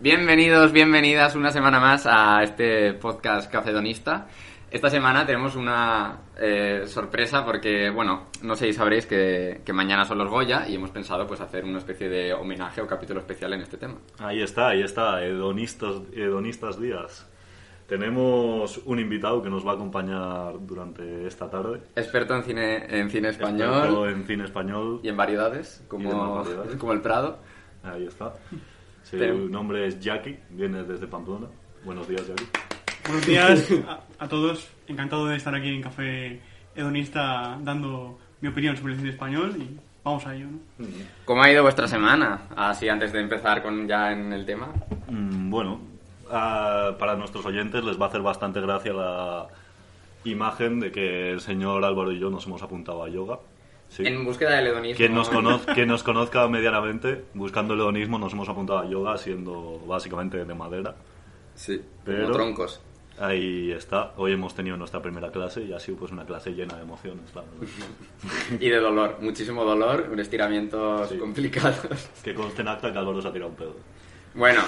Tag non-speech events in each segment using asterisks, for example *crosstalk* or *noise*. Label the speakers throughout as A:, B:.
A: Bienvenidos, bienvenidas una semana más a este podcast cafedonista. Esta semana tenemos una eh, sorpresa porque, bueno, no sé si sabréis que, que mañana son los Goya y hemos pensado pues hacer una especie de homenaje o capítulo especial en este tema.
B: Ahí está, ahí está, hedonistas, hedonistas días. Tenemos un invitado que nos va a acompañar durante esta tarde.
A: Experto en cine, en cine
B: Experto
A: español
B: en cine español.
A: y en variedades, como,
B: demás variedades.
A: *laughs* como el Prado.
B: Ahí está. Su
A: Pero-
B: nombre es Jackie, viene desde Pamplona. Buenos días, Jackie.
C: Buenos días a, a todos. Encantado de estar aquí en Café Hedonista dando mi opinión sobre el cine español y vamos a ello. ¿no?
A: ¿Cómo ha ido vuestra semana? Así antes de empezar con ya en el tema.
B: Mm, bueno, ah, para nuestros oyentes les va a hacer bastante gracia la imagen de que el señor Álvaro y yo nos hemos apuntado a yoga. Sí.
A: En búsqueda del hedonismo.
B: Quien nos, conoz- quien nos conozca medianamente, buscando el hedonismo, nos hemos apuntado a yoga siendo básicamente de madera.
A: Sí,
B: Pero-
A: como troncos.
B: Ahí está. Hoy hemos tenido nuestra primera clase y ha sido pues una clase llena de emociones, claro.
A: Y de dolor, muchísimo dolor, un estiramientos
B: Sí.
A: complicados.
B: que conste en acta que Álvaro se ha tirado un pedo.
A: *laughs* Bueno,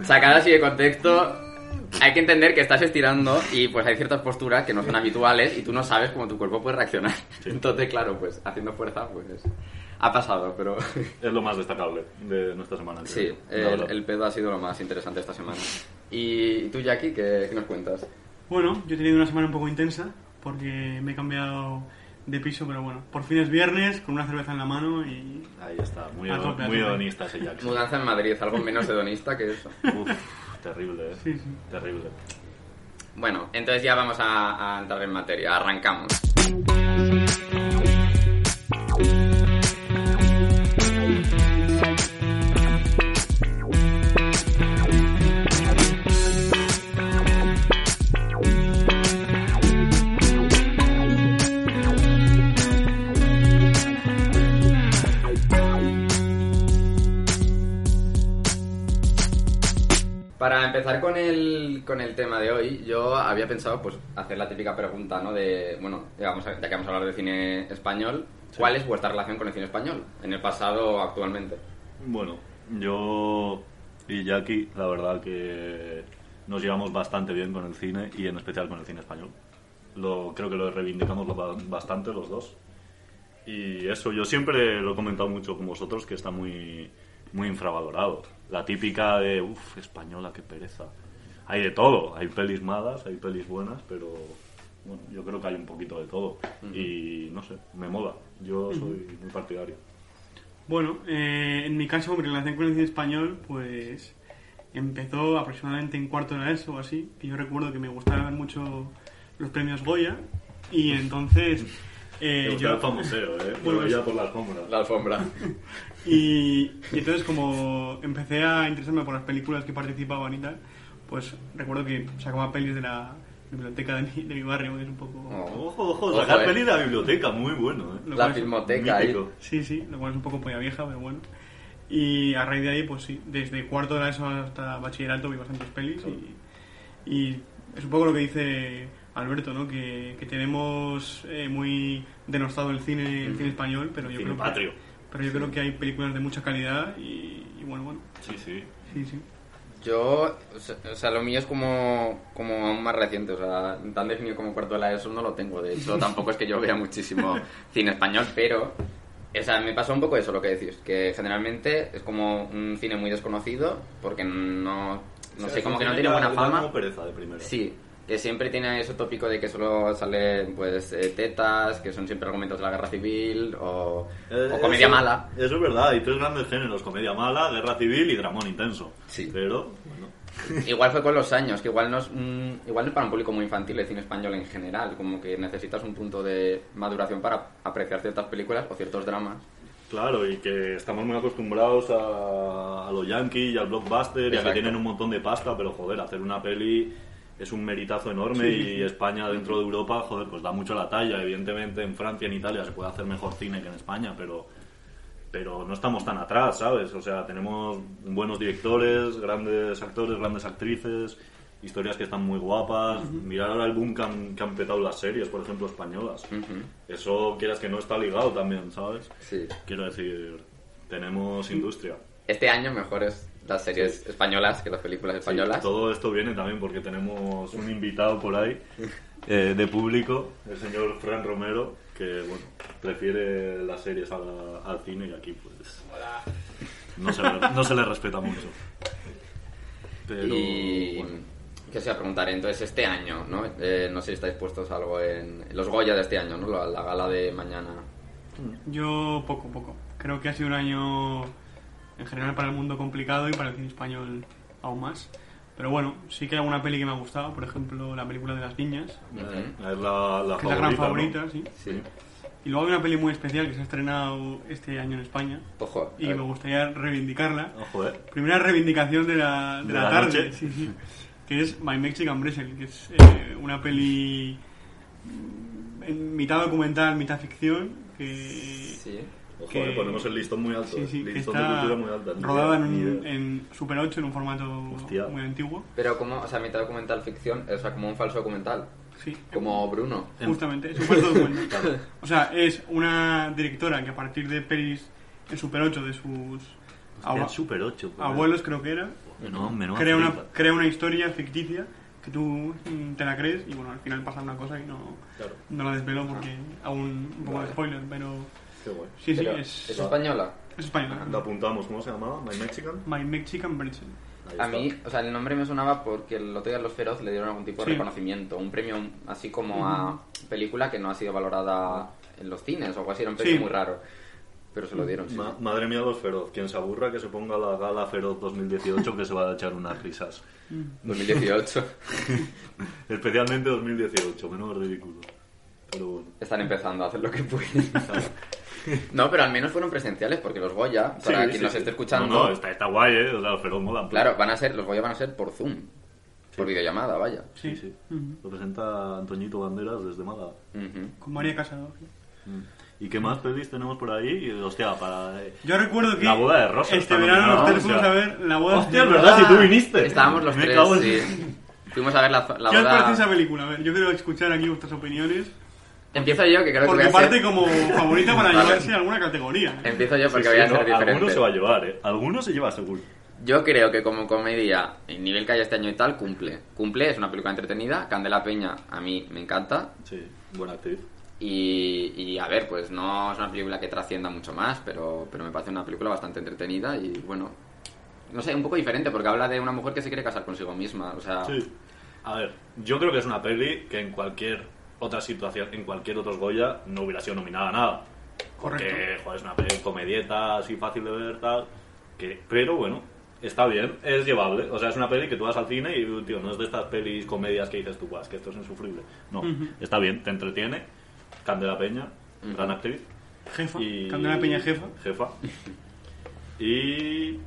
A: sacada así de contexto, hay que entender que estás estirando y pues hay ciertas posturas que no son habituales y tú no sabes cómo tu cuerpo puede reaccionar. Entonces, claro, pues haciendo fuerza, pues ha pasado, pero *laughs*
B: Es lo más destacable de nuestra semana.
A: sí,
B: creo yo, la
A: el,
B: verdad.
A: el pedo ha sido lo más interesante esta semana. ¿Y tú, Jackie, qué, qué nos cuentas?
C: Bueno, yo he tenido una semana un poco intensa porque me he cambiado de piso, pero bueno, por fin es viernes con una cerveza en la mano y
B: Ahí está. Muy,
C: A
B: hedon-
C: tope, a
B: muy
C: tope.
B: hedonista ese Jackson.
A: Mudanza en Madrid, algo menos hedonista que eso.
B: Uf, terrible, eh.
C: sí, sí.
B: Terrible.
A: Bueno, entonces ya vamos a, a entrar en materia, arrancamos. Para empezar con el, con el tema de hoy, yo había pensado pues hacer la típica pregunta, ¿no? De, bueno, ya, vamos a- ya que vamos a hablar de cine español, ¿cuál es vuestra relación con el cine español? En el pasado o actualmente.
B: Bueno, yo y Jackie, la verdad que nos llevamos bastante bien con el cine y en especial con el cine español. Lo, creo que lo reivindicamos lo ba- bastante los dos. Y eso, yo siempre lo he comentado mucho con vosotros que está muy, muy infravalorado. La típica de, uff, española, qué pereza. Hay de todo, hay pelis malas, hay pelis buenas, pero bueno, yo creo que hay un poquito de todo. Y no sé, me mola. Yo soy muy partidario.
C: Bueno, eh, en mi caso, mi relación con el cine español, pues empezó aproximadamente en cuarto de la ESO o así, que yo recuerdo que me gustaba ver mucho los premios Goya, y entonces... eh,
B: Me
C: yo-
B: gustaba el famoseo, ¿eh? Lo
C: Bueno,
B: veía
C: sí.
B: por las alfombra.
A: La alfombra.
C: Y, y entonces como empecé a interesarme por las películas que participaban y tal, pues recuerdo que sacaba pelis de la biblioteca de mi, de mi barrio, que es un poco...
A: Oh. *laughs*
B: Ojo, ojo,
A: Ojo,
B: sacar
A: eh.
B: pelis de la biblioteca, muy bueno, ¿eh?
C: Lo
A: La
C: cual es
A: filmoteca ahí.
B: Mítico.
C: Sí, sí, lo cual es un poco polla vieja, pero bueno. Y a raíz de ahí, pues sí, desde cuarto de la ESO hasta bachillerato vi bastantes pelis y, y es un poco lo que dice Alberto, ¿no? Que, que tenemos eh, muy denostado el cine, el cine español, pero yo
B: Mm. Cine
C: creo
B: patrio.
C: que... Pero yo creo que hay películas de mucha calidad y, y bueno, bueno,
B: Sí, sí.
C: sí, sí.
A: Yo, o sea- o sea, lo mío es como, como aún más reciente, o sea, tan definido como cuarto de la ESO no lo tengo, de hecho tampoco es que yo vea muchísimo cine español, pero, o sea, me pasó un poco eso lo que decís, que generalmente es como un cine muy desconocido, porque no, no sé, como que no tiene buena fama.
B: Como pereza de primera.
A: Sí, que siempre tiene ese tópico de que solo salen pues eh, tetas, que son siempre argumentos de la guerra civil o,
B: Eh,
A: o comedia
B: eso-
A: mala.
B: Eso es verdad, hay tres grandes géneros: comedia mala, guerra civil y dramón intenso.
A: Sí.
B: Pero, bueno,
A: Igual fue con los años, que igual no es, mm, igual no es para un público muy infantil el cine español en general, como que necesitas un punto de maduración para apreciar ciertas películas o ciertos dramas.
B: claro, y que estamos muy acostumbrados a, a los yankees y al blockbuster, y a que
A: Exacto.
B: tienen un montón de pasta, pero joder, hacer una peli. Es un meritazo enorme y España dentro de Europa, joder, pues da mucho la talla. Evidentemente en Francia y en Italia se puede hacer mejor cine que en España, pero pero no estamos tan atrás, ¿sabes? O sea, tenemos buenos directores, grandes actores, grandes actrices, historias que están muy guapas. Mirar ahora el boom que han, que han petado las series, por ejemplo, españolas.
A: Mm.
B: Eso, quieras que no, está ligado también, ¿sabes?
A: Sí.
B: Quiero decir, tenemos industria.
A: este año mejores las series españolas que las películas
B: Sí,
A: españolas.
B: todo esto viene también porque tenemos un invitado por *laughs* ahí eh, de público, el señor Fran Romero, que bueno, prefiere las series a la- al cine y aquí pues no se, le- no se le respeta mucho. Pero
A: y
B: bueno,
A: que os iba a preguntar, entonces este año, ¿no? Eh, no sé si estáis puestos algo en los Goya de este año, ¿no? La, la gala de mañana.
C: Yo poco, poco. Creo que ha sido un año en general para el mundo complicado y para el cine español aún más. Pero bueno, sí que hay alguna peli que me ha gustado, por ejemplo, la película de las niñas,
B: eh, es la, la
C: que es la gran
B: favorita.
C: favorita,
B: ¿no?
C: sí.
A: Sí.
C: Y luego hay una peli muy especial que se ha estrenado este año en España
A: Ojo.
C: y
A: eh,
C: me gustaría reivindicarla.
B: Ojo, eh.
C: Primera reivindicación de la, de
B: De
C: la
B: la
C: tarde,
B: noche.
C: sí, *laughs* sí. que es My Mexican Bresel, que es eh, una peli mm, en mitad documental, mitad ficción, que
A: sí.
B: Ojo,
C: Que-
B: eh, ponemos el listón muy alto.
C: Sí, sí, que
B: listón de
C: está
B: cultura muy alta. ni
C: rodada en,
B: idea, ni
C: un-
B: idea.
C: en Super 8 en un formato
B: Hostia.
C: muy antiguo.
A: Pero como, o sea, mitad documental ficción, o sea, como un falso documental,
C: Sí,
A: como
C: Em.
A: Bruno.
C: justamente, es un falso
B: *laughs*
C: documental.
B: Claro.
C: O sea, es una directora que a partir de pelis en Super 8 de sus
B: Hostia,
C: abua-
B: Super 8. pues.
C: abuelos, creo que era,
B: No, menuda
C: crea una,
B: película.
C: crea una historia ficticia que tú mm, te la crees y bueno, al final pasa una cosa y no,
B: Claro,
C: no la desvelo porque
B: Ah.
C: aún un poco
A: Vale.
C: de spoiler, pero
B: qué guay.
C: sí, sí,
A: Pero,
C: es,
A: ¿Es española?
C: es española.
B: La apuntamos, ¿cómo se llamaba? My Mexican.
C: My Mexican Bridge.
B: Ahí
A: A
B: está.
A: mí, o sea, el nombre me sonaba porque el otro día Los Feroz le dieron algún tipo de
C: Sí.
A: reconocimiento, un premio así como a película que no ha sido valorada en los cines o algo así, era un premio
C: Sí.
A: muy raro. Pero se lo dieron, sí.
B: Ma- madre mía, los feroz. Quien se aburra que se ponga la gala feroz 2018 que se va a echar unas risas.
A: 2018.
B: Especialmente 2018, menos ridículo. Pero
A: *laughs*
B: bueno.
A: Están empezando a hacer lo que pueden. no, pero al menos fueron presenciales porque los Goya, para
B: Sí,
A: quien
B: sí,
A: nos
B: sí.
A: esté escuchando,
B: No, no, está, está guay, ¿eh? O sea, los feroz molan.
A: claro, van a ser, los Goya van a ser por Zoom, por videollamada, vaya.
B: Sí, sí.
C: Ujú.
B: Lo presenta Antoñito Banderas desde Málaga.
A: Ujú.
C: Con María Casado.
B: Mm. ¿Y qué más pelis tenemos por ahí? Y, Hostia, para... eh,
C: Yo recuerdo que
B: La boda de Rosas
C: este
B: también,
C: verano
B: ¿no?
C: los
B: O
C: tres
B: sea,
C: fuimos a ver la boda
B: Hostia,
C: de
B: es verdad, si Ah, tú viniste.
A: Estábamos los
B: Me
A: tres,
B: cago en-
A: sí. Fuimos a ver la, la
C: ¿Qué os parece esa
A: boda...
C: película? A ver, yo quiero escuchar aquí vuestras opiniones.
A: Empiezo yo, que creo que voy
C: Porque
A: a
C: parte
A: ser...
C: como
B: *laughs*
C: favorita para
A: Vale.
C: llevarse a alguna categoría. ¿eh?
A: Empiezo yo porque
B: Sí, sí,
A: voy a
B: ¿no?
A: ser diferente.
B: Alguno se va a llevar, ¿eh? Alguno se lleva seguro.
A: Yo creo que como comedia, el nivel que hay este año y tal, cumple. Cumple, es una película entretenida. Candela Peña a mí me encanta.
B: Sí, buena actriz.
A: Y, y, a ver, pues no es una película que trascienda mucho más, pero, pero me parece una película bastante entretenida y bueno. No sé, un poco diferente porque habla de una mujer que se quiere casar consigo misma. O sea,
B: Sí. A ver, yo creo que es una peli que en cualquier otra situación, en cualquier otro Goya, no hubiera sido nominada a nada. Porque,
C: Correcto.
B: joder, es una peli comedieta, así fácil de ver, tal. Que, pero bueno, está bien, es llevable. O sea, es una peli que tú vas al cine y, tío, no es de estas pelis comedias que dices tú, "Buah, es que esto es insufrible. No, está bien, te entretiene. Candela Peña, gran actriz.
C: Jefa,
B: Y...
C: Candela Peña Jefa.
B: Jefa. Y.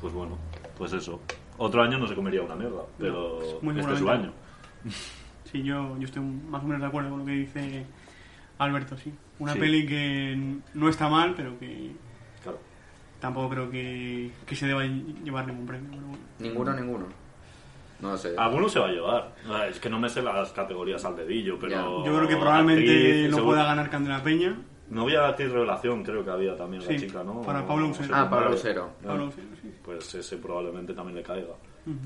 B: Pues bueno, pues eso. Otro año no se comería una mierda, pero
C: pues muy
B: este es su
C: seguramente.
B: año.
C: Sí, yo, yo estoy más o menos de acuerdo con lo que dice Alberto, sí. Una
B: Sí.
C: peli que no está mal, pero que
B: Claro.
C: tampoco creo que, que se deba llevar ningún premio. pero bueno.
A: ninguno, ninguno. No sé.
B: Alguno se va a llevar. Ah, Es que no me sé las categorías al dedillo, pero.
C: Yo creo que probablemente
B: actriz,
C: lo
B: Oh, seguro-
C: pueda ganar Candela Peña.
B: No había actriz revelación, creo que había también la
C: Sí,
B: chica, ¿no?
C: para Pablo
B: No
C: Ucero.
B: sé,
A: ah, Pablo
B: vale.
A: Lucero.
C: Pablo, sí, sí.
B: Pues ese probablemente también le caiga.
C: Ujú.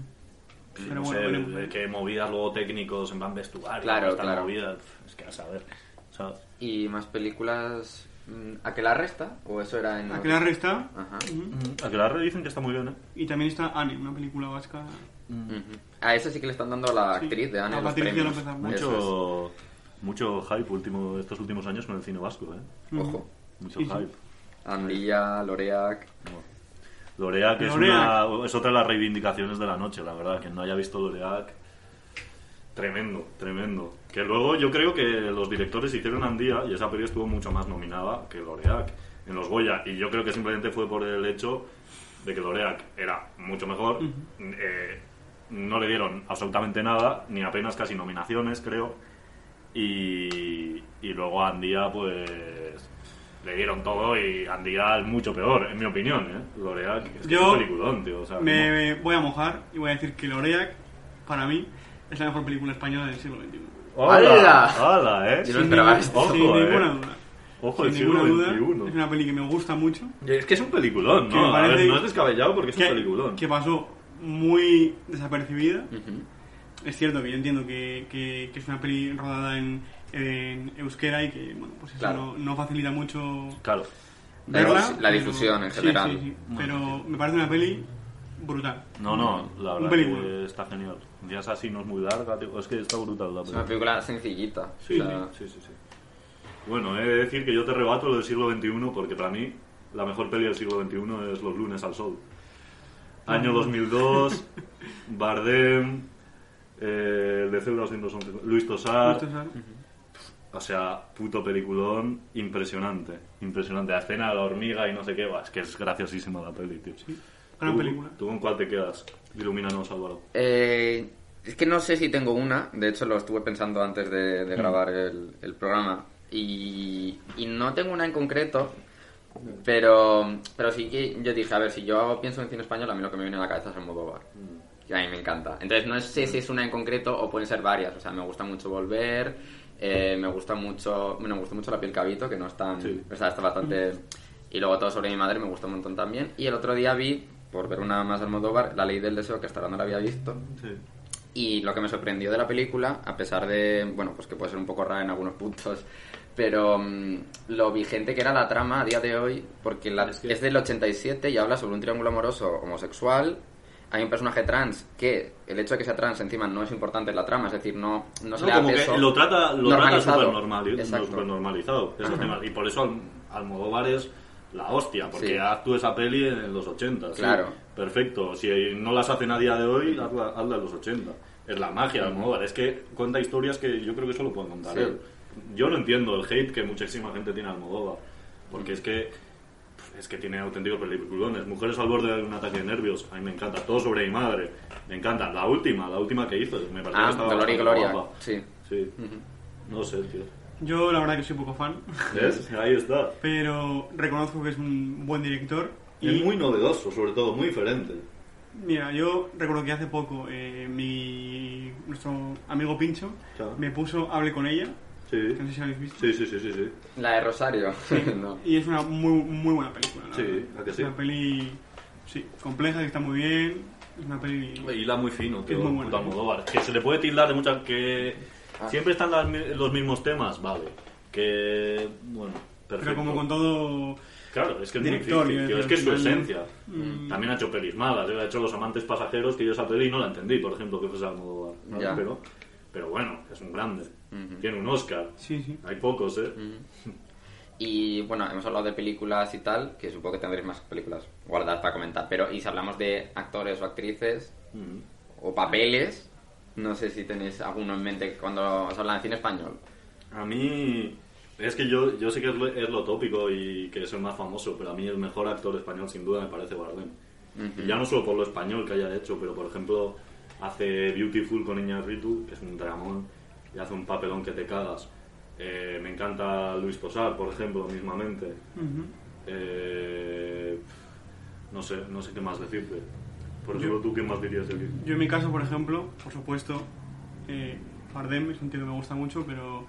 B: Sí,
C: Pero
B: no
C: bueno,
B: sé,
C: veremos,
B: de
C: ¿eh?
B: qué movidas luego técnicos en plan vestuario,
A: Claro,
B: estas
A: claro.
B: movidas, pf, es que a saber, ¿sabes?
A: Y más películas. mm, ¿A que la resta? ¿O eso era en.?
C: Aquelarre está.
A: Ajá.
C: Ujú.
B: A que la red dicen que está muy bien, ¿eh?
C: Y también está Anne, una película vasca.
A: Ujú. A eso sí que le están dando a la
C: Sí.
A: actriz de Ana
C: A
A: los
C: Patricia
A: premios.
C: López Arnaiz.
A: Eso es.
B: Mucho, mucho hype último, estos últimos años con el cine vasco, ¿eh?
A: Ojo.
B: Mucho
C: Sí, sí.
B: hype.
A: Andilla, Loreac.
B: Loreac, es,
C: Loreac.
B: una- es otra de las reivindicaciones de la noche, la verdad, que no haya visto Loreac. Tremendo, tremendo. Que luego yo creo que los directores hicieron Andía y esa peli estuvo mucho más nominada que Loreac en los Goya. Y yo creo que simplemente fue por el hecho de que Loreac era mucho mejor. eh, no le dieron absolutamente nada, ni apenas casi nominaciones, creo. Y, y luego a Andía, pues. Le dieron todo y Andía es mucho peor, en mi opinión, ¿eh? Loreac es, que es
C: Yo
B: un peliculón, tío. O sea,
C: Me me voy a mojar y voy a decir que Loreac, para mí, es la mejor película española del siglo XXI.
B: como- ¡Hala!
A: ¡Hala!
B: ¡Hala, eh!
A: Yo no esperaba
C: ningún-
A: esto.
B: Ojo,
C: sin
B: eh.
C: ninguna duda.
B: Ojo,
C: sin
B: el siglo
C: ninguna duda, es
B: XXI.
C: una peli que me gusta mucho.
B: Es que es un peliculón,
C: Que me
B: ¿no? A ver,
C: parece-
B: no es descabellado porque es un peliculón.
C: que pasó muy desapercibida.
A: Ujú.
C: Es cierto que yo entiendo que, que- que es una peli rodada en, en euskera y que bueno, pues eso
A: Claro.
C: no, no facilita mucho
B: Claro.
A: La
C: verla.
A: difus- la difusión en
C: sí,
A: general.
C: sí, sí.
B: Muy
C: Pero me parece una peli brutal.
B: No, no, la
C: Un
B: verdad
C: película.
B: que está genial. Ya es así, no es muy larga, tío. es que está brutal la
A: Es una
B: película.
A: película sencillita.
C: Sí,
A: o sea,
B: Sí, sí, sí. Bueno, he de decir que yo te rebato lo del siglo XXI porque para mí la mejor peli del siglo XXI es Los lunes al sol. Año *laughs* 2002, Bardem, eh, el de Celda 211, Luis Tosar,
C: Justo, ¿sabes?
B: o sea, puto peliculón, impresionante, impresionante. La escena de la hormiga y no sé qué, buah, es que es graciosísima la peli, tío.
C: Gran
B: ¿Tú-
C: película.
B: ¿Tú con cuál te quedas? Ilumínanos, Álvaro.
A: Eh, es que no sé si tengo una, de hecho lo estuve pensando antes de, de grabar el, el programa y, y no tengo una en concreto, pero, pero sí que yo dije, a ver, si yo pienso en cine español, a mí lo que me viene a la cabeza es Almodóvar, que a mí me encanta. Entonces no sé si es una en concreto o pueden ser varias, o sea, me gusta mucho Volver, eh, me gusta mucho, bueno, me gusta mucho La piel que habito, que no es tan,
B: Sí.
A: o sea, está bastante... Y luego todo sobre mi madre me gusta un montón también. Y el otro día vi, por ver una más Almodóvar, La ley del deseo, que hasta ahora no la había visto.
B: Sí.
A: Y lo que me sorprendió de la película, a pesar de, bueno, pues que puede ser un poco rara en algunos puntos, pero mm, lo vigente que era la trama a día de hoy, porque la,
B: Es
A: es,
B: que-
A: del 87 y habla sobre un triángulo amoroso homosexual. Hay un personaje trans que el hecho de que sea trans encima no es importante en la trama, es decir, no, no se le
B: No,
A: da
B: como
A: peso.
B: que lo trata ¿eh? lo trata
A: normalizado.
B: súper normal,
A: Exacto.
B: normalizado esos
A: Ajá.
B: temas. y por eso Al- Almodóvar es la hostia porque
A: Sí.
B: actuó esa peli en los 80 sí.
A: Claro.
B: perfecto si no las hacen a día de hoy hazla, hazla en los 80 es la magia de Almodóvar es que cuenta historias que yo creo que solo pueden contar
A: Sí.
B: él yo no entiendo el hate que muchísima gente tiene a Almodóvar porque es que pf, es que tiene auténticos peliculones. Mujeres al borde de un ataque de nervios. A mí me encanta. Todo sobre mi madre. Me encanta. La última, la última que hizo. Me pareció que
A: Ah,
B: estaba
A: Dolor y
B: bastante
A: Gloria,
B: guapa.
A: sí.
B: Sí. No sé, tío.
C: Yo la verdad que soy poco fan,
B: ¿Ves? Ahí está.
C: pero reconozco que es un buen director. Y
B: Es muy novedoso, sobre todo, muy diferente.
C: Mira, yo recuerdo que hace poco eh, mi, nuestro amigo Pincho
B: Claro.
C: me puso Hable con ella,
B: Sí.
C: que no sé si habéis visto.
B: Sí, sí, sí, sí, sí.
A: La de Rosario. *laughs* No.
C: Y es una muy, muy buena película. la
B: Sí,
C: verdad.
B: ¿a que
C: es
B: sí?
C: una peli sí, compleja, que está muy bien. Es una peli.
B: Hila muy fino, tío.
C: Es muy bueno.
B: Puta Almodóvar. Que se le puede tildar de muchas... Que
A: Ah.
B: siempre están las mi- los mismos temas, vale. Que... Bueno, perfecto.
C: Pero como con todo.
B: Claro, es que es
C: Director,
B: muy difícil, tío.
C: yo creo
B: Es que es su
C: que al final- mm,
B: esencia. También ha hecho pelis malas. ¿eh? Ha hecho Los amantes pasajeros, que yo esa peli no la entendí, por ejemplo, que fuese Almodóvar. ¿vale?
A: Ya.
B: Pero, pero bueno, es un grande. Tiene un Oscar.
C: Sí, sí.
B: Hay pocos, ¿eh?
A: Y bueno, hemos hablado de películas y tal, que supongo que tendréis más películas guardadas para comentar, pero y si hablamos de actores o actrices
B: Mm.
A: o papeles, no sé si tenéis alguno en mente cuando os hablan de cine español.
B: A mí. Es que yo, yo sé que es lo, es lo tópico y que es el más famoso, pero a mí el mejor actor español sin duda me parece Bardem. Y ya no solo por lo español que haya hecho, pero por ejemplo hace Beautiful con Iñárritu, que es un dramón, y hace un papelón que te cagas. Eh, me encanta Luis Tosar, por ejemplo, mismamente.
C: Ujú.
B: Eh, no sé, no sé qué más decirte. Por ejemplo, ¿tú qué más dirías de aquí?
C: Yo en mi caso, por ejemplo, por supuesto, eh, Bardem es un tío que me gusta mucho, pero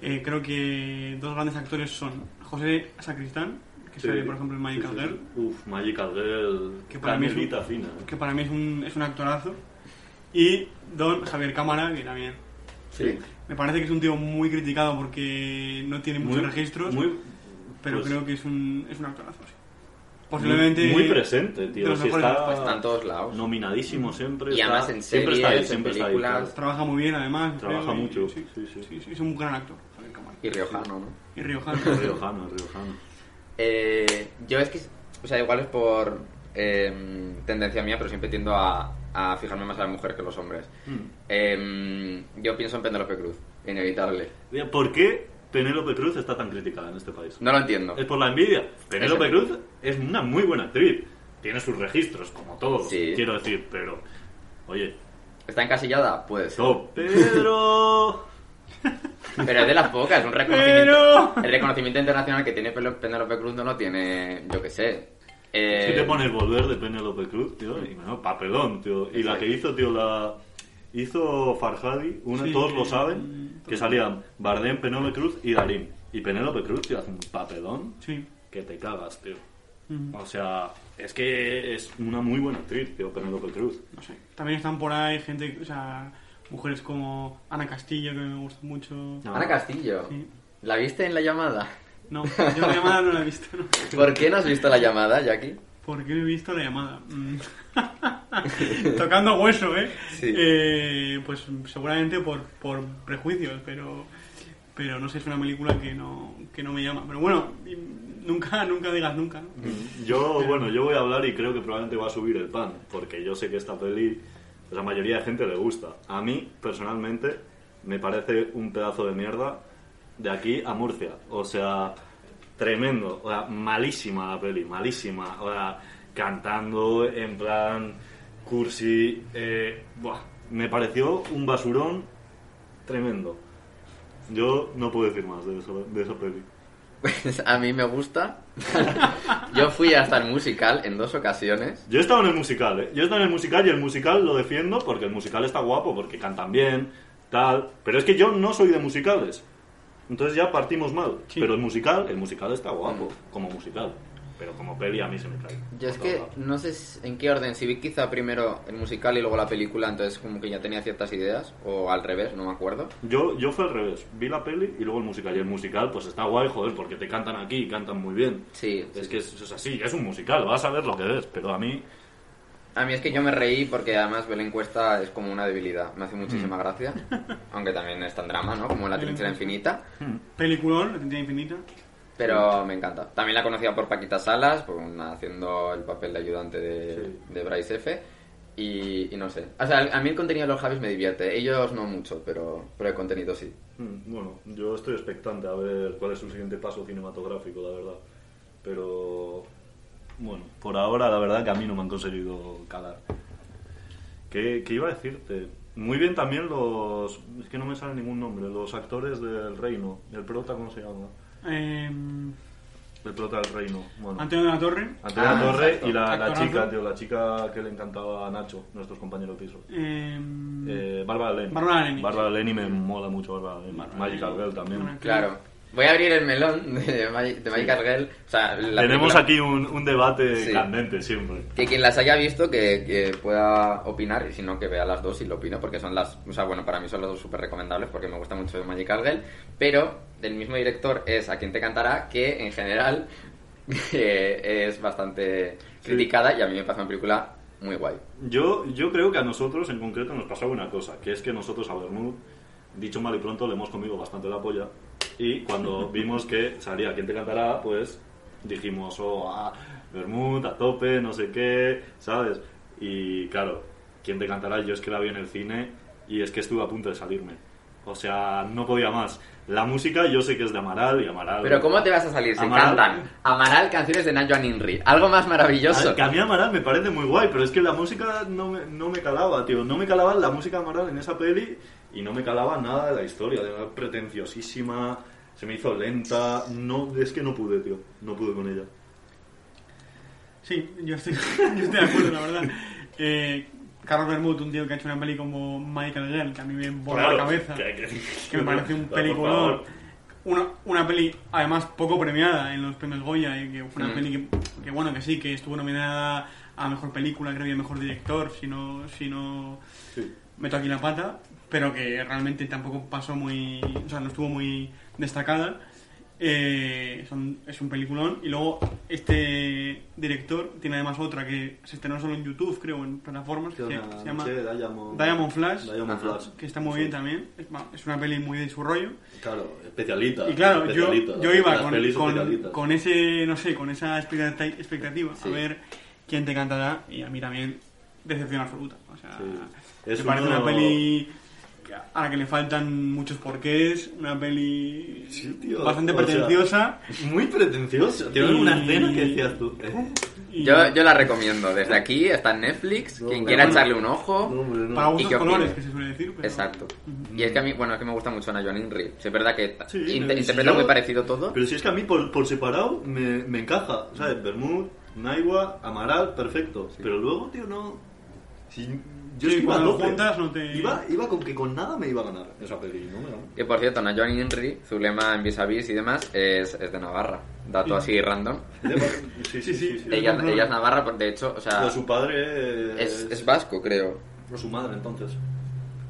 C: eh, creo que dos grandes actores son José Sacristán, que
B: Sí.
C: sale, por ejemplo, en Magical
B: Sí, sí, sí.
C: Girl,
B: Uf, Magical Girl.
C: Que para mí es un-
B: canelita fina. ¿eh?
C: que para mí es un, es un actorazo, y Don Javier Cámara, que también.
B: Sí.
C: Me parece que es un tío muy criticado porque no tiene muchos
B: Muy-
C: registros,
B: muy-
C: pero
B: pues,
C: creo que es un, es un actorazo. sí.
B: muy-
C: Posiblemente.
B: Muy presente,
C: de
B: tío.
C: los
B: Si
C: mejores
B: está,
C: actores.
A: Está en Pues todos lados.
B: Nominadísimo siempre.
A: Y
B: está-
A: además en
B: siempre está ahí,
A: series, en
B: siempre está ahí,
A: películas.
B: claro.
C: Trabaja muy bien, además.
B: Trabaja
C: creo, y-
B: mucho,
C: Sí
B: sí,
C: sí
B: sí.
C: sí, es un gran actor, Javier Cámara.
A: Y Riojano, ¿no?
C: Y
B: *laughs*
C: Riojano.
B: Es Riojano, es riojano.
A: Eh, yo es que, o sea, igual es por eh, tendencia mía, pero siempre tiendo a, a fijarme más a la mujer que a los hombres.
B: Hmm.
A: Eh, yo pienso en Penélope Cruz, inevitable.
B: Mira, ¿Por qué Penélope Cruz está tan criticada en este país?
A: No lo entiendo.
B: Es por la envidia. Penélope
A: Ese.
B: Cruz es una muy buena actriz. Tiene sus registros, como todos,
A: Sí.
B: quiero decir, pero...
A: *laughs*
B: Oye,
A: ¿Está encasillada? Puede ser.
B: so, Pedro...
A: Pero es de las pocas, es un
B: *laughs*
A: reconocimiento. El reconocimiento internacional que tiene Pelo- Penélope Cruz no lo tiene, yo que sé. Eh,
B: Si te pones volver de Penélope Cruz, tío, y bueno, papelón, tío. Y la que hizo, tío, la... Hizo Farhadi, una,
C: Sí.
B: todos lo saben, que salían Bardem, Penélope Cruz y Darín. Y Penélope Cruz, tío, hace un papelón
C: Sí.
B: que te cagas, tío.
C: Ujú.
B: O sea, es que es una muy buena actriz, tío, Penélope Cruz.
C: No sé. También están por ahí gente, o sea, mujeres como Ana Castillo, que me gusta mucho.
B: No.
A: Ana Castillo,
C: Sí.
A: ¿la viste en la llamada?
C: No, yo la llamada no la he visto, ¿no?
A: ¿Por qué no has visto la llamada, Jackie?
C: ¿Por qué no he visto la llamada? Mm. *laughs* Tocando hueso, ¿eh?
A: Sí.
C: Eh, Pues seguramente por, por prejuicios, pero, pero no sé, es una película que no, que no me llama. Pero bueno, y nunca, nunca digas nunca, ¿no?
B: Mm. Yo, bueno, yo voy a hablar y creo que probablemente va a subir el pan, porque yo sé que esta peli pues, a la mayoría de gente le gusta. A mí, personalmente, me parece un pedazo de mierda de aquí a Murcia. O sea, tremendo. O sea, malísima la peli, malísima. O sea, cantando en plan cursi. eh, buah, me pareció un basurón tremendo. Yo no puedo decir más de, eso- de esa peli.
A: Pues a mí me gusta. Yo fui hasta el musical en dos ocasiones.
B: Yo he estado en el musical, ¿eh? Yo he estado en el musical y el musical lo defiendo porque el musical está guapo, porque cantan bien, tal. Pero es que yo no soy de musicales. Entonces ya partimos mal.
C: Sí.
B: Pero el musical, el musical está guapo, como musical. Pero como peli a mí se me cae.
A: Yo es
B: Por
A: que
B: todos lados.
A: no sé s- en qué orden, si vi quizá primero el musical y luego la película, entonces como que ya tenía ciertas ideas, o al revés, no me acuerdo.
B: Yo, yo fue al revés. Vi la peli y luego el musical. Y el musical, pues está guay, joder, porque te cantan aquí y cantan muy bien.
A: Sí,
B: Es que es, es así, es un musical, vas a ver lo que ves. Pero a mí,
A: a mí es que yo me reí porque además Belén Cuesta es como una debilidad, me hace muchísima gracia, aunque también es tan drama, ¿no? Como La
C: Belén
A: trinchera
C: Cuesta.
A: infinita,
B: hmm,
C: Peliculón, La Tinta Infinita.
A: pero me encanta. También la conocía por Paquita Salas, por una- haciendo el papel de ayudante de,
B: Sí.
A: de Bryce F. Y, y no sé. O sea, a mí el contenido de los Javis me divierte. Ellos no mucho, pero, pero el contenido sí.
B: Mm, Bueno, yo estoy expectante a ver cuál es su siguiente paso cinematográfico, la verdad. Pero bueno, por ahora la verdad que a mí no me han conseguido calar. ¿Qué, qué iba a decirte? Muy bien también los... Es que no me sale ningún nombre. Los actores del reino. ¿El prota cómo se llama?
C: Eh,
B: El prota del reino. Bueno.
C: Antonio de la Torre.
B: Antonio
A: Ah,
B: Torre
A: exacto.
B: y la, la
C: Actorazo.
B: chica, tío. La chica que le encantaba a Nacho, nuestros compañeros de piso.
C: Eh,
B: Eh, Bárbara Lenny.
C: Bárbara Lenny.
B: Bárbara Lenny me mola mucho Bárbara Lenny. Magical Girl también.
C: Bárbara
A: Claro. Voy a abrir el melón de, Magi- de Magical Girl. O sea, la
B: Tenemos
A: película-
B: aquí un, un debate
A: Sí.
B: candente siempre.
A: Que quien las haya visto que, que pueda opinar, y si no, que vea las dos y lo opino, porque son las. O sea, bueno, para mí son las dos súper recomendables porque me gusta mucho Magical Girl. Pero del mismo director es A quien te cantará, que en general *laughs* eh, es bastante criticada y a mí me parece una película muy guay.
B: Yo, yo creo que a nosotros en concreto nos pasaba una cosa, que es que nosotros a Bermud, dicho mal y pronto, le hemos comido bastante la polla. Y
A: *laughs*
B: cuando vimos que salía quien te cantará, pues dijimos, oh, ah, Bermud, a tope, no sé qué, ¿sabes? Y claro, quien te cantará, yo es que la vi en el cine y es que estuve a punto de salirme. O sea, no podía más. La música yo sé que es de Amaral y Amaral.
A: Pero ¿cómo te vas a salir si
B: Amaral-
A: cantan Amaral canciones de Nayo Aninri? Algo más maravilloso.
B: A, que a mí Amaral me parece muy guay, pero es que la música no me, no me calaba, tío. No me calaba la música de Amaral en esa peli y no me calaba nada de la historia. De verdad, pretenciosísima, se me hizo lenta. No, es que no pude, tío. No pude con ella.
C: Sí, yo estoy, *laughs* yo estoy de acuerdo, la verdad. Eh, Carlos Bermud, un tío que ha hecho una peli como Michael Girl, que a mí me borra
B: Claro,
C: la cabeza,
B: que-
C: que,
B: que-
C: me parece un
B: *laughs* Por
C: peliculón.
B: favor.
C: Una, una peli, además, poco premiada en los premios Goya, y que fue una
A: Mm.
C: peli que, que, bueno, que sí, que estuvo nominada a Mejor Película, creo, y a Mejor Director, si no, si no
B: Sí.
C: meto aquí la pata, pero que realmente tampoco pasó muy. O sea, no estuvo muy destacada. Eh, son- es un peliculón. Y luego, este director tiene además otra que se estrenó solo en YouTube, creo, en plataformas, que se, se llama
B: Sí, Diamond,
C: Diamond Flash,
B: Diamond Flash.
C: que está muy
B: Sí.
C: bien también. Es, va, es una peli muy de su rollo.
B: Claro, especialita.
C: Y claro, yo,
B: especialita.
C: yo iba
B: Las
C: con,
B: pelis
C: con,
B: especialitas.
C: con ese, no sé, con esa expectata- expectativa
A: Sí.
C: a ver quién te cantará y a mí también decepción absoluta. O sea,
B: Sí. Es
C: me parece
B: uno-
C: una peli a la que le faltan muchos porqués, una peli
B: Sí, tío,
C: bastante
B: o sea-
C: pretenciosa.
B: Muy pretenciosa. Tiene una
C: Y-
B: escena que decías tú. eh,
C: y
A: Yo, yo la recomiendo. Desde aquí está en Netflix.
B: No,
A: Quien
B: pero
A: quiera
B: bueno.
A: echarle un ojo.
B: no, hombre, no.
C: para
A: ¿Y
C: gustos
A: qué
C: colores,
A: opinas?
C: que se suele decir. pero-
A: Exacto. Y es que a mí, bueno, es que me gusta mucho Ana Joan Inri. Sí, es verdad que ta-
B: Sí,
A: inter-
B: pero si
A: interpreta
B: yo-
A: muy parecido todo.
B: Pero si es que a mí por, por separado me, me encaja, ¿sabes? Bermud, Naiwa, Amaral, perfecto. Pero luego, tío, no. Si,
C: Sí,
B: yo es que iba a
C: cuando
B: tope.
C: juntas no te-
B: Iba, iba con que con nada me iba a ganar esa peli y no me ganó.
A: Que por cierto, Nayoan Henry, Zulema en Vis a Vis y demás, es, es de Navarra. Dato así random.
B: *laughs* Sí, sí, sí. sí.
A: Ella, ella es Navarra, de hecho, o sea,
B: Pero su padre
A: es, es vasco, creo.
B: o su madre, entonces.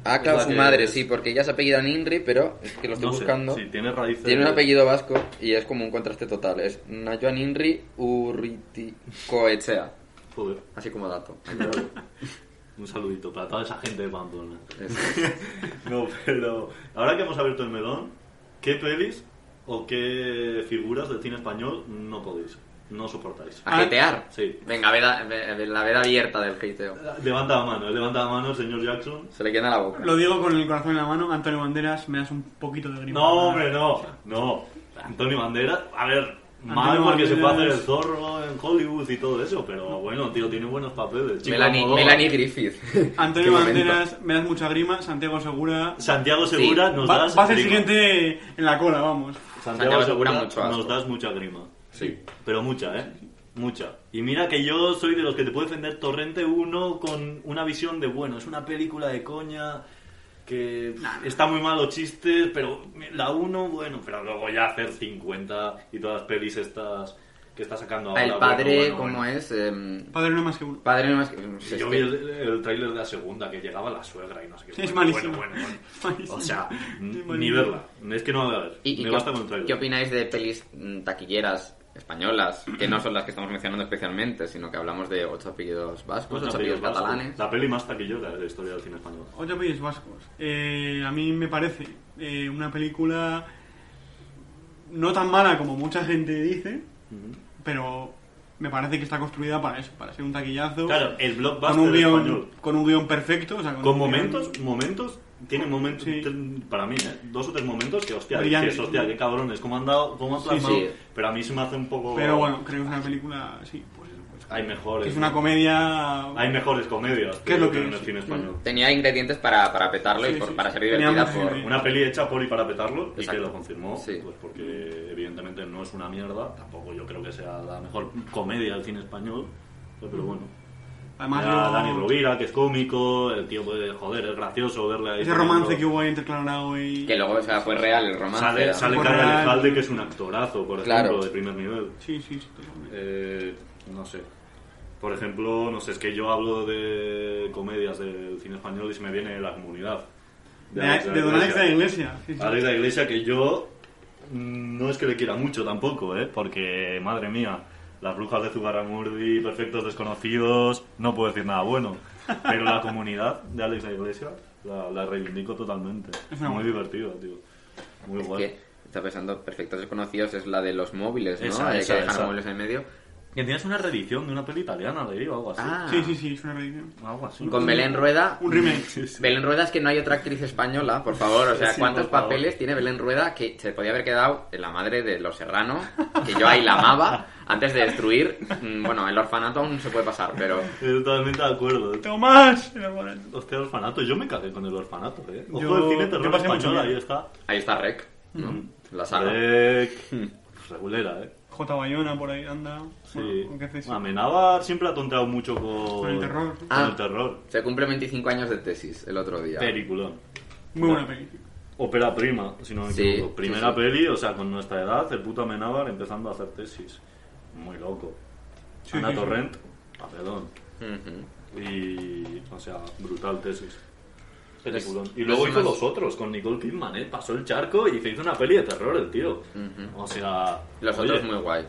A: Ah,
B: Es
A: claro,
B: la
A: su
B: que-
A: madre, sí, porque ella se apellida Ninri, pero es que lo estoy
B: No sé,
A: buscando.
B: sí, tiene raíces.
A: Tiene un apellido vasco y es como un contraste total. Es Nayoan Inri Urriticoechea.
B: Joder.
A: Así como dato.
B: Un saludito para toda esa gente de Pamplona.
A: Es-
B: No, pero ahora que hemos abierto el melón, ¿qué pelis o qué figuras del cine español no podéis? No soportáis.
A: ¿A hatear?
B: Sí.
A: Venga, veda- ve- ve- la veda abierta del hateo.
B: Levanta la mano, levanta la mano, señor Jackson.
A: Se le queda la boca.
C: Lo digo con el corazón en la mano, Antonio Banderas, me das un poquito de grima.
B: No, hombre, no, no. Antonio Banderas, a ver, mal
C: Antonio
B: porque se puede hacer
C: Banderas.
B: el zorro en Hollywood y todo eso, pero bueno, tío, tiene buenos papeles. Chico
A: Melanie,
B: Almodóvar.
A: Melanie Griffith. *laughs* Qué
C: Antonio
A: momento.
C: Banderas, me das mucha grima, Santiago Segura.
B: Santiago Segura
A: Sí.
B: nos
C: Va,
B: das
C: vas el
B: grima.
C: siguiente en la cola, vamos.
B: Santiago,
A: Santiago Segura
B: Segura
A: mucho asco.
B: nos das mucha grima.
A: Sí.
B: Pero mucha, ¿eh? Mucha. Y mira que yo soy de los que te puede defender Torrente 1 con una visión de, bueno, es una película de coña que pff, está muy mal los chistes, pero la 1, bueno, pero luego ya hacer 50 y todas las pelis estas que está sacando ahora.
A: El
B: bueno,
A: padre,
B: bueno,
A: como
B: bueno.
A: es? Em,
C: Padre no más que uno.
A: padre no es... este.
B: Sí, yo vi el, el tráiler de la segunda que llegaba la suegra y no sé qué.
C: Sí, *laughs* es malísimo.
B: Bueno, bueno, bueno.
C: Malísimo.
B: O sea, n-
C: malísimo.
B: ni verla. Es que no la voy a ver.
A: ¿Y, y
B: Me
A: qué,
B: basta con el tráiler.
A: qué opináis de pelis mm, taquilleras españolas, que no son las que estamos mencionando especialmente, sino que hablamos de ocho apellidos vascos,
B: Otra
A: ocho
B: peli
A: apellidos
B: vasca.
A: catalanes?
B: La peli más taquillera de la historia del cine español.
C: Ocho Países Vascos. Eh, a mí me parece eh, una película no tan mala como mucha gente dice, pero me parece que está construida para eso, para ser un taquillazo.
B: Claro, el blockbuster
C: con un guión,
B: español.
C: con un guión perfecto. o sea, con
B: Con
C: un guión-
B: momentos, momentos, tiene momentos,
C: Sí.
B: ten- para mí, ¿eh? dos o tres momentos que, hostia,
C: Brillantes.
B: dices, hostia, qué cabrones, cómo han dado, cómo han
C: Sí,
B: plasmado.
A: sí.
B: Pero a mí se me hace un poco...
C: Pero bueno, creo que es una película, sí, pues, pues,
B: Hay mejores.
C: que es una
B: ¿no?
C: comedia...
B: Hay mejores comedias.
C: ¿Qué es lo que
B: en
C: es?
B: el cine español.
A: Tenía ingredientes para, para petarlo
C: Sí,
A: y por-
C: sí,
A: para
C: sí.
A: ser
C: Tenía
A: divertida
C: mucha
A: por...
C: gente.
B: Una peli hecha por y para petarlo y que
A: Exacto.
B: lo confirmó,
A: Sí.
B: pues porque evidentemente no es una mierda, tampoco yo creo que sea la mejor comedia del cine español, pues, pero bueno.
C: Además,
B: Ya
C: luego-
B: Dani Rovira, que es cómico, el tío, puede joder, es gracioso verle ahí
C: ese
B: poniendo-
C: romance que hubo entre Clarao y...
A: Que luego o sea, fue real el romance.
B: Sale,
A: era-
B: sale
C: Por
B: Carlos
C: real.
B: Alejalde, que es un actorazo, por
A: Claro.
B: ejemplo, de primer nivel.
C: Sí, sí, sí, totalmente.
B: Eh, no sé. Por ejemplo, no sé, es que yo hablo de comedias del cine español y se me viene la comunidad.
C: De, de Don Alex de la Iglesia. sí, sí.
B: Alex de la Iglesia que yo mm, no es que le quiera mucho tampoco, ¿eh? Porque, madre mía, las brujas de Zugarramurdi, perfectos desconocidos, no puedo decir nada bueno. Pero la comunidad de Alex de la Iglesia la, la reivindico totalmente.
C: Es una
B: Muy
C: buena.
B: divertida, tío. Muy
A: Es
B: guay.
A: que, está pensando, Perfectos Desconocidos es la de los móviles, ¿no?
B: Esa,
A: Eh,
B: esa,
A: que dejan
B: esa.
A: móviles en medio.
B: Que tienes una reedición de una peli italiana, leí, o algo así.
A: Ah,
C: Sí, sí, sí, es una reedición.
B: Algo así.
A: Con Belén Rueda.
C: Un remake.
A: Belén Rueda es que no hay otra actriz española, por favor. O sea,
B: Sí,
A: ¿cuántos
B: por favor.
A: papeles tiene Belén Rueda que se podía haber quedado en la madre de Los Serrano, que yo ahí la amaba, antes de destruir? Mm, Bueno, el orfanato aún se puede pasar, pero
B: Estoy totalmente de acuerdo.
C: Tomás, el orfanato.
B: Hostia, orfanato. Yo me cagué con el orfanato, ¿eh? Ojo,
C: Yo-
B: el cine
C: yo
B: terror
C: pasé mucho
B: español,
C: miedo.
B: ahí está.
A: ahí está Rec, ¿no? La
B: Eh.
A: saga. Hmm.
B: Rec. Regulera, ¿eh?
C: J. Bayona por ahí anda.
B: Sí.
C: Bueno, ¿qué haces?
B: Amenábar siempre ha tonteado mucho con,
C: Con el terror.
B: Con
A: Ah.
B: el terror.
A: Se cumple 25 años de tesis el otro día.
B: Peliculón.
C: Muy buena peli.
B: Ópera prima, si no me
A: Sí,
B: equivoco.
A: sí,
B: Primera
A: sí.
B: peli, o sea, con nuestra edad, el puto Amenábar empezando a hacer tesis. Muy loco.
C: Sí,
B: Ana
C: sí, sí.
B: Torrent, papelón.
A: Ujú.
B: Y, o sea, brutal tesis. Peliculón.
A: Es-
B: Y luego
A: es
B: hizo
A: más-
B: Los Otros con Nicole Kidman, ¿eh? Pasó el charco y se hizo una peli de terror el tío. O sea...
A: Mm, Los
B: oye,
A: otros muy guay.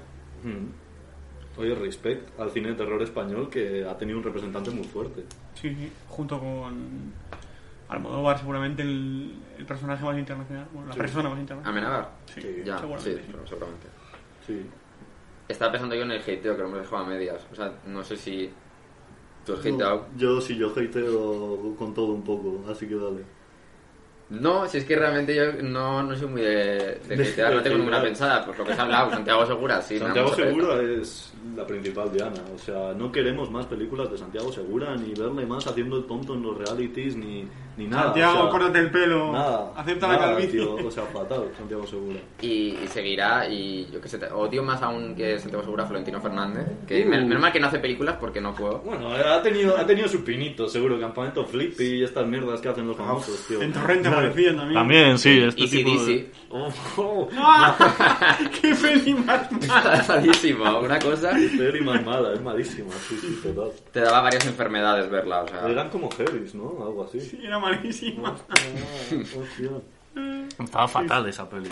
B: mm. Oye, respect al cine de terror español que ha tenido un representante muy fuerte.
C: Sí, sí. Junto con Almodóvar, seguramente el, el personaje más internacional. Bueno, la persona más internacional.
A: Amenabar.
C: Sí,
A: ya, sí,
C: seguramente.
A: seguramente.
B: Sí.
A: Estaba pensando yo en el hateo que lo hemos dejado a medias. O sea, no sé si tú has hateado.
B: yo sí, yo hateo con todo un poco, así que dale.
A: No, si es que realmente yo no, no soy muy de, de criticar, no
B: de
A: tengo ninguna
B: criticar.
A: pensada, pues lo que se ha hablado, Santiago Segura, sí. me da
B: Santiago
A: mucha pereza.
B: Segura es la principal Diana. O sea, no queremos más películas de Santiago Segura, ni verle más haciendo el tonto en los realities, ni, ni nada.
C: Santiago,
B: o sea,
C: córtate el pelo.
B: Nada.
C: Acepta
B: nada,
C: la calvicie.
B: tío. o sea, fatal, Santiago Segura.
A: Y, y seguirá, y yo qué sé, te- odio más aún que Santiago Segura a Florentino Fernández, que
B: Uh.
A: men- menos mal que no hace películas porque no puedo.
B: Bueno, ha tenido, ha tenido su pinito, seguro. Campamento Flippy y estas mierdas que hacen los famosos, tío.
C: En Torrente aparecía también.
B: También, sí, este
A: Easy
B: tipo de-
A: Dizzy.
B: *laughs* Oh, oh,
C: *laughs* ¡Ah! *laughs* ¡Qué peli más mala!
A: Está *laughs* sadísimo, una cosa.
B: Peli más mala, es malísima, sí, sí, total.
A: Te daba varias enfermedades verla, o sea.
B: Eran como Harris, ¿no? Algo así.
C: Sí, Era malísima.
B: Estaba fatal esa peli.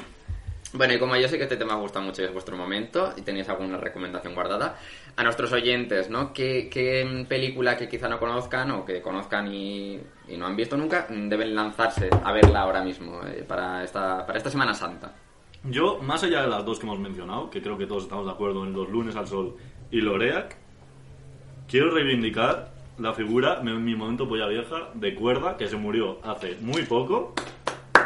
A: Bueno, y como yo sé que este tema os gusta mucho y es vuestro momento, y tenéis alguna recomendación guardada, a nuestros oyentes, ¿no? ¿Qué, qué, mm, película que quizá no conozcan o que conozcan y, y no han visto nunca, mm, deben lanzarse a verla ahora mismo eh, para, esta, para esta Semana Santa?
B: Yo, más allá de las dos que hemos mencionado, que creo que todos estamos de acuerdo en Los Lunes al Sol y Loreac, quiero reivindicar la figura, mi, mi momento polla vieja, de cuerda, que se murió hace muy poco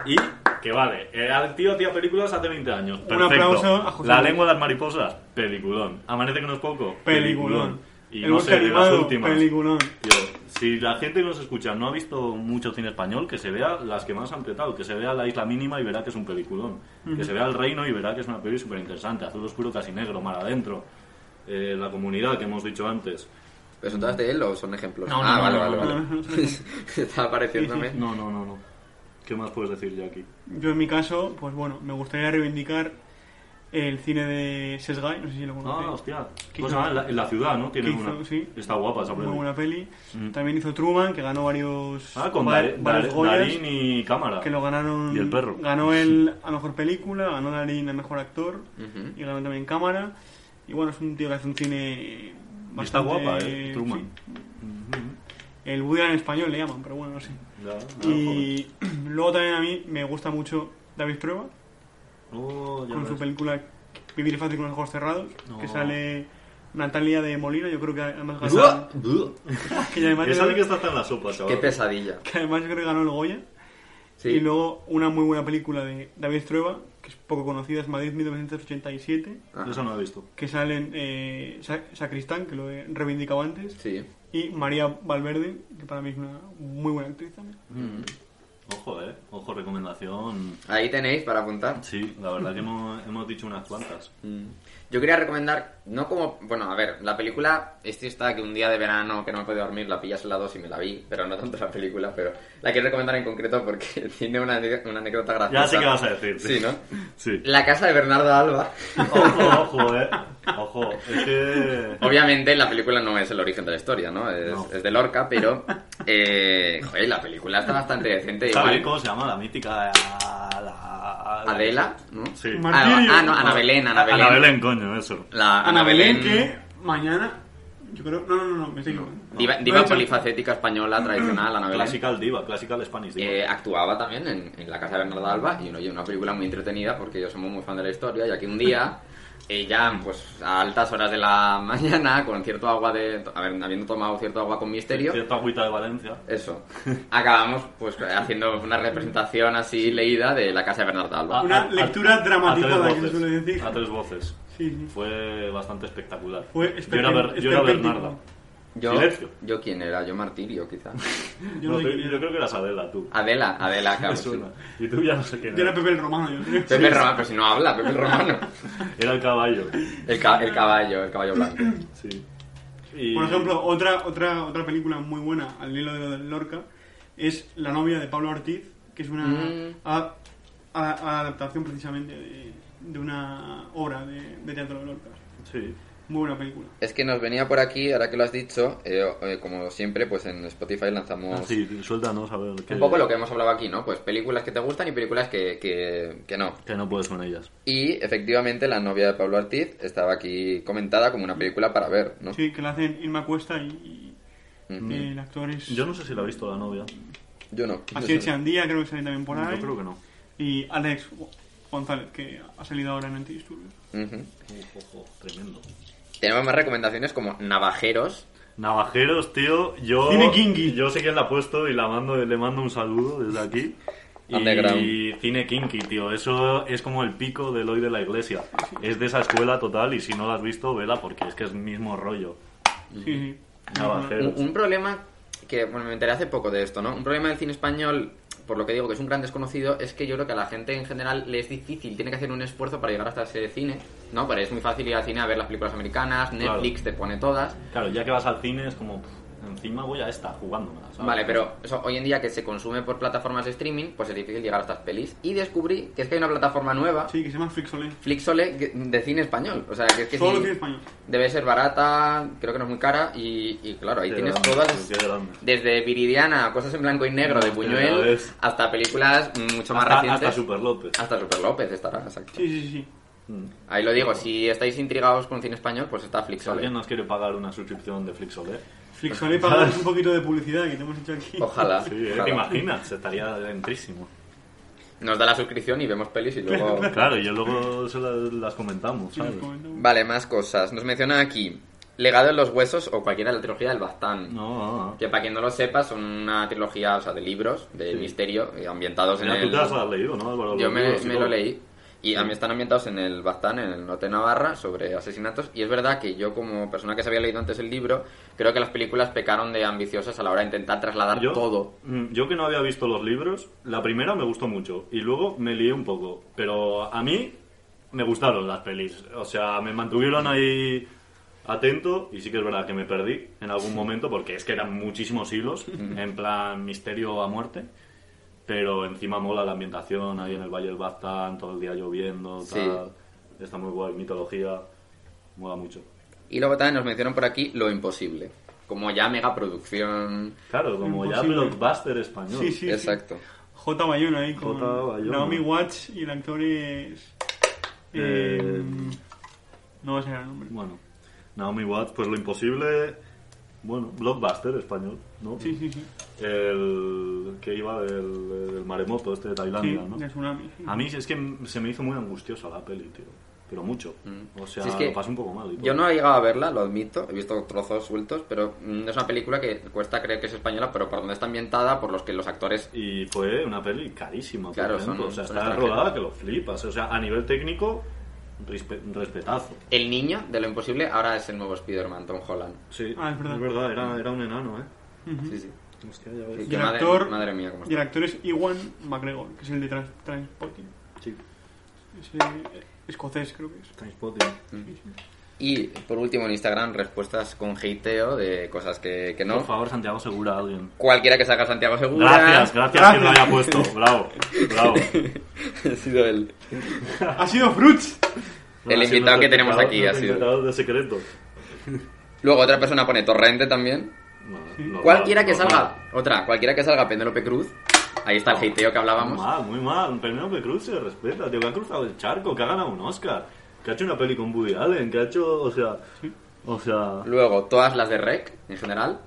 B: y que vale, el tío hacía películas hace 20 años. Perfecto.
C: aplauso a José
B: La
C: Luis.
B: lengua de las mariposas, peliculón. Amanece que no es poco,
C: Peliculón.
B: Y
C: el
B: no
C: bosque
B: sé, de las
C: animado,
B: últimas.
C: Peliculón.
B: Tío, si la gente que nos escucha no ha visto mucho cine español, que se vea las que más han petado, que se vea La Isla Mínima y verá que es un peliculón, que se vea El Reino y verá que es una peli súper interesante, Azul Oscuro, Casi Negro, Mar Adentro, eh, La Comunidad que hemos dicho antes.
A: ¿Pero son todas de él o son ejemplos?
B: No, no,
A: ah,
B: no,
A: vale,
B: no,
A: vale,
B: no,
A: vale. *laughs* Estaba pareciéndome.
B: No, no, no, no. ¿Qué más puedes decir ya aquí?
C: Yo en mi caso, pues bueno, me gustaría reivindicar el cine de Sesgay, no sé si lo
B: Ah,
C: conocéis.
B: hostia.
C: ¿Qué
B: ¿Cómo se
C: hizo?
B: llama? En la, en la ciudad, ¿no? Tiene
C: ¿Qué hizo?
B: una.
C: Sí.
B: Está guapa esa peli.
C: Muy buena peli. También hizo Truman, que ganó varios,
B: Mm. Ah, con
C: va-
B: Dar-
C: varios
B: Dar-
C: Goyas,
B: Darín y cámara.
C: que lo ganaron.
B: y el perro.
C: Ganó él a mejor película, ganó Darín a mejor actor
A: Ujú.
C: y ganó también cámara. Y bueno, es un tío que hace un cine
B: Y está
C: bastante-
B: guapa, ¿eh? Truman.
C: sí. El Woody Allen español le llaman, pero bueno, no sé.
B: Ya, ah, joder.
C: Y *clears throat* luego también a mí me gusta mucho David Trueba
B: Oh, ya
C: con su
B: ves.
C: película Vivir fácil con los ojos cerrados,
B: No.
C: que sale Natalia de Molina, yo creo que además ganó,
A: Buah, buh.
C: que además
B: Esa de
C: ganó-
B: que está hasta en la sopa, chaval.
A: Qué pesadilla.
C: que además creo que ganó el Goya.
A: Sí.
C: Y luego una muy buena película de David Trueba, que es poco conocida, es Madrid 1987,
A: Ajá.
B: Eso no he visto.
C: que salen eh, Sa- Sacristán, que lo he reivindicado antes,
A: Sí.
C: y María Valverde, que para mí es una muy buena actriz también.
B: Ojo, eh. Ojo, recomendación.
A: Ahí tenéis para apuntar.
B: Sí, la verdad que hemos, hemos dicho unas cuantas.
A: Mm. Yo quería recomendar, no como, bueno, a ver, la película, es está que un día de verano que no me podía dormir, la pillas en la 2 y me la vi, pero no tanto la película, pero la quiero recomendar en concreto porque *laughs* tiene una, ane- una anécdota graciosa.
B: Ya sé qué vas a decir.
A: Sí, ¿no? *laughs*
B: Sí.
A: La casa de Bernardo Alba. *laughs*
B: Ojo, ojo, eh. Ojo, es que.
A: Obviamente la película no es el origen de la historia, ¿no? Es,
B: No.
A: es de Lorca, pero, eh, joder, la película está bastante decente.
B: ¿Sabes
A: Igual,
B: cómo se llama la mítica? eh, la-
A: Adela, ¿no?
B: Sí.
C: Mar-
A: Ah,
C: Martirio.
A: ah, no, Ana Belén, Ana Belén.
B: Ana Belén, coño, eso.
A: La-
C: Ana Belén, que mañana, yo creo, no, no, no, no, me estoy equivocando.
A: Diva,
C: No,
A: diva
C: no, no.
A: polifacética española tradicional, Ana Belén.
B: Classical Diva, Classical Spanish Diva.
A: Eh, actuaba también en, en la casa de Bernardo Alba y oye, una película muy entretenida porque yo somos muy fan de la historia y aquí un
B: *laughs*
A: día ella pues a altas horas de la *laughs* mañana con cierto agua de a ver habiendo tomado cierto agua con misterio
B: Cierta agüita de Valencia.
A: eso *laughs* acabamos pues haciendo una representación así leída de la casa de Bernardo
B: Ah,
A: Alba
C: Una lectura dramatizada,
B: tres
C: que se
B: voces,
C: suele decir.
B: A tres voces.
C: Sí, sí.
B: Fue bastante espectacular.
C: Fue
B: yo era, Ber- yo era
C: esperpéntico.
B: Bernarda.
A: yo
B: silencio.
A: yo quién era yo Martirio quizá
C: Yo,
B: No,
C: no sé
B: tú-
C: quién era.
B: yo creo que eras Adela, tú.
A: Adela
B: *laughs*
A: Adela claro
B: Me
A: sí.
B: suena. Y tú ya no sé quién
C: Yo era
B: era.
C: Pepe el Romano, yo creo.
A: Pepe el Romano pero si no habla Pepe el
B: *laughs*
A: Romano
B: Era el caballo.
A: el, ca- el caballo el caballo blanco
B: Sí. Y-
C: Por ejemplo, otra, otra, otra película muy buena al hilo de lo del Lorca es La novia de Pablo Ortiz, que es una
A: Mm.
C: a- a- adaptación precisamente de, de una obra de, de teatro de Lorca.
B: Sí.
C: Muy buena película.
A: Es que nos venía por aquí, ahora que lo has dicho, eh, eh, como siempre, pues en Spotify lanzamos
B: Ah, Sí, suéltanos a ver. qué-
A: Ah, un poco lo que hemos hablado aquí, ¿no? Pues películas que te gustan y películas que, que, que no.
B: Que no puedes con ellas.
A: Y efectivamente La novia de Pablo Ortiz estaba aquí comentada como una película para ver, ¿no?
C: Sí, que la hacen Irma Cuesta y, y
A: Ah. Ujú.
C: el actor es
B: Yo no sé si la ha visto la novia.
A: Yo no.
C: Asier Chandía, creo que sale también por ahí.
B: Yo creo que no.
C: Y Alex Gu- González, que ha salido ahora en Antidisturbios.
A: Ujú.
B: Ojo, tremendo.
A: Tenemos más recomendaciones como Navajeros.
B: Navajeros, tío. Yo.
C: Cine kinky.
B: Yo sé quién la ha puesto y la mando, le mando un saludo desde aquí. Y
A: Underground.
B: cine kinky, tío. Eso es como el pico del hoy de la iglesia. Es de esa escuela total y si no la has visto, vela porque es que es mismo rollo.
C: Sí, sí.
A: Un,
B: Navajeros.
A: un problema que, bueno, me enteré hace poco de esto, ¿no? Un problema del cine español, por lo que digo que es un gran desconocido, es que yo creo que a la gente en general le es difícil, tiene que hacer un esfuerzo para llegar hasta ese cine, ¿no? Pero es muy fácil ir al cine a ver las películas americanas,
B: Claro.
A: Netflix te pone todas.
B: Claro, ya que vas al cine es como, "Pff, encima voy a esta jugándomela. ¿sabes?
A: Vale, pero eso, hoy en día que se consume por plataformas de streaming, pues es difícil llegar a estas pelis. Y descubrí que es que hay una plataforma nueva,
C: Sí, que se llama Flixolé.
A: Flixole, que- de cine español. O sea, que es que
C: Solo
A: sí,
C: cine español.
A: debe ser barata, creo que no es muy cara, y, y claro, ahí
B: Qué
A: tienes
B: grande,
A: todas...
C: pues
B: qué grande.
A: Desde Viridiana, a cosas en blanco y negro de
B: Hostia, ya
A: Buñuel,
B: ves.
A: hasta películas mucho más
B: Hasta-
A: recientes.
B: Hasta Super López.
A: Hasta Super López estará, exacto.
C: Sí, sí, sí.
B: Mm.
A: Ahí lo digo, si estáis intrigados con cine español, pues está
B: Si alguien
A: Flixole.
B: nos quiere pagar una suscripción de Flixolé.
C: Flixolé para darles un poquito de publicidad que te hemos hecho aquí.
A: Ojalá.
B: Sí, ¿eh?
A: ojalá.
B: te imaginas, estaría dentrísimo.
A: Nos da la suscripción y vemos pelis
B: *laughs*
A: y luego...
B: Claro, y yo luego se las, las comentamos,
C: Sí, nos
B: ¿sabes?
C: comentamos.
A: Vale, más cosas. Nos menciona aquí Legado en los Huesos o cualquiera de la trilogía del Bastán.
B: No, ah, no, no.
A: Que para quien no lo sepa, son una trilogía o sea, de libros, de
B: Sí.
A: misterio, eh, ambientados en
B: Mira, tú
A: el...
B: te las has leído, ¿no, Álvaro?
A: Yo
B: Los
A: me,
B: libros y
A: me
B: todo.
A: lo leí y a mí están ambientados en el Bastán, en el norte de Navarra, sobre asesinatos. Y es verdad que yo, como persona que se había leído antes el libro, creo que las películas pecaron de ambiciosas a la hora de intentar trasladar
B: Yo-
A: todo.
B: mm, Yo que no había visto los libros, la primera me gustó mucho y luego me lié un poco. Pero a mí me gustaron las pelis. O sea, me mantuvieron ahí atento y sí que es verdad que me perdí en algún momento porque es que eran muchísimos hilos, en plan misterio a muerte. Pero encima mola la ambientación ahí en el Valle del Baztán, todo el día lloviendo,
A: Sí.
B: tal. Está muy guay, mitología. Mola mucho.
A: Y luego también nos mencionan por aquí lo imposible, como ya megaproducción.
B: Claro, como
C: Imposible.
B: ya blockbuster español.
C: Sí, sí, sí.
A: Exacto.
C: J. Bayona ahí con
B: J. Bayona.
C: Naomi Watts y el actor es... eh,
B: Eh,
C: No va a ser el nombre.
B: Bueno, Naomi Watts, pues lo imposible. Bueno, blockbuster español, ¿no?
C: Sí, sí, sí.
B: El que iba del, del maremoto este de
C: Sí,
B: Tailandia,
C: de
B: ¿no?
C: tsunami. sí.
B: A mí es que m- se me hizo muy angustiosa la peli, tío. Pero mucho. O sea,
A: Si Mm. es que
B: lo pasé un poco mal. y todo.
A: Yo no he llegado a verla, lo admito, he visto trozos sueltos, pero mm, es una película que cuesta creer que es española, pero por donde está ambientada, por los que los actores...
B: Y fue una peli carísima, por
A: Claro,
B: ejemplo.
A: son-
B: o sea,
A: son
B: está
A: extranjeros.
B: rodada que lo flipas. O sea, a nivel técnico, rispe- respetazo.
A: El niño de lo imposible ahora es el nuevo Spider-Man, Tom Holland.
B: Sí,
C: Ah, es verdad.
B: era, era un enano, ¿eh.
C: Ujú.
A: Sí, sí.
B: Hostia, ya ves.
A: Sí,
C: Y
A: que
C: el
A: madre,
C: actor-
A: madre mía, cómo
C: Y el
A: está.
C: actor es Iwan McGregor, que es el de Trans- Transpotting.
B: Sí,
C: Es eh, escocés, creo que es.
B: Trainspotting.
A: Mm. Y por último en Instagram, respuestas con hateo de cosas que, que
B: Por
A: no.
B: favor, Santiago Segura, alguien.
A: Cualquiera que saca Santiago Segura.
B: Gracias, gracias que lo haya puesto. Bravo, bravo.
A: *laughs* Ha sido él.
C: ¡Ha sido Fruits!
A: El invitado que tenemos aquí ha
B: El
A: sido.
B: invitado de secreto.
A: Luego otra persona pone Torrente también.
B: No,
A: Cualquiera que
B: no, no,
A: salga, otra, cualquiera que salga Penélope Cruz. Ahí está el hateo que
B: Muy
A: hablábamos.
B: mal, muy mal. Penélope Cruz se respeta, tío, que ha cruzado el charco, que ha ganado un Oscar, que ha hecho una peli con Woody Allen, que ha hecho, o sea, o sea,
A: Luego todas las de Rec en general.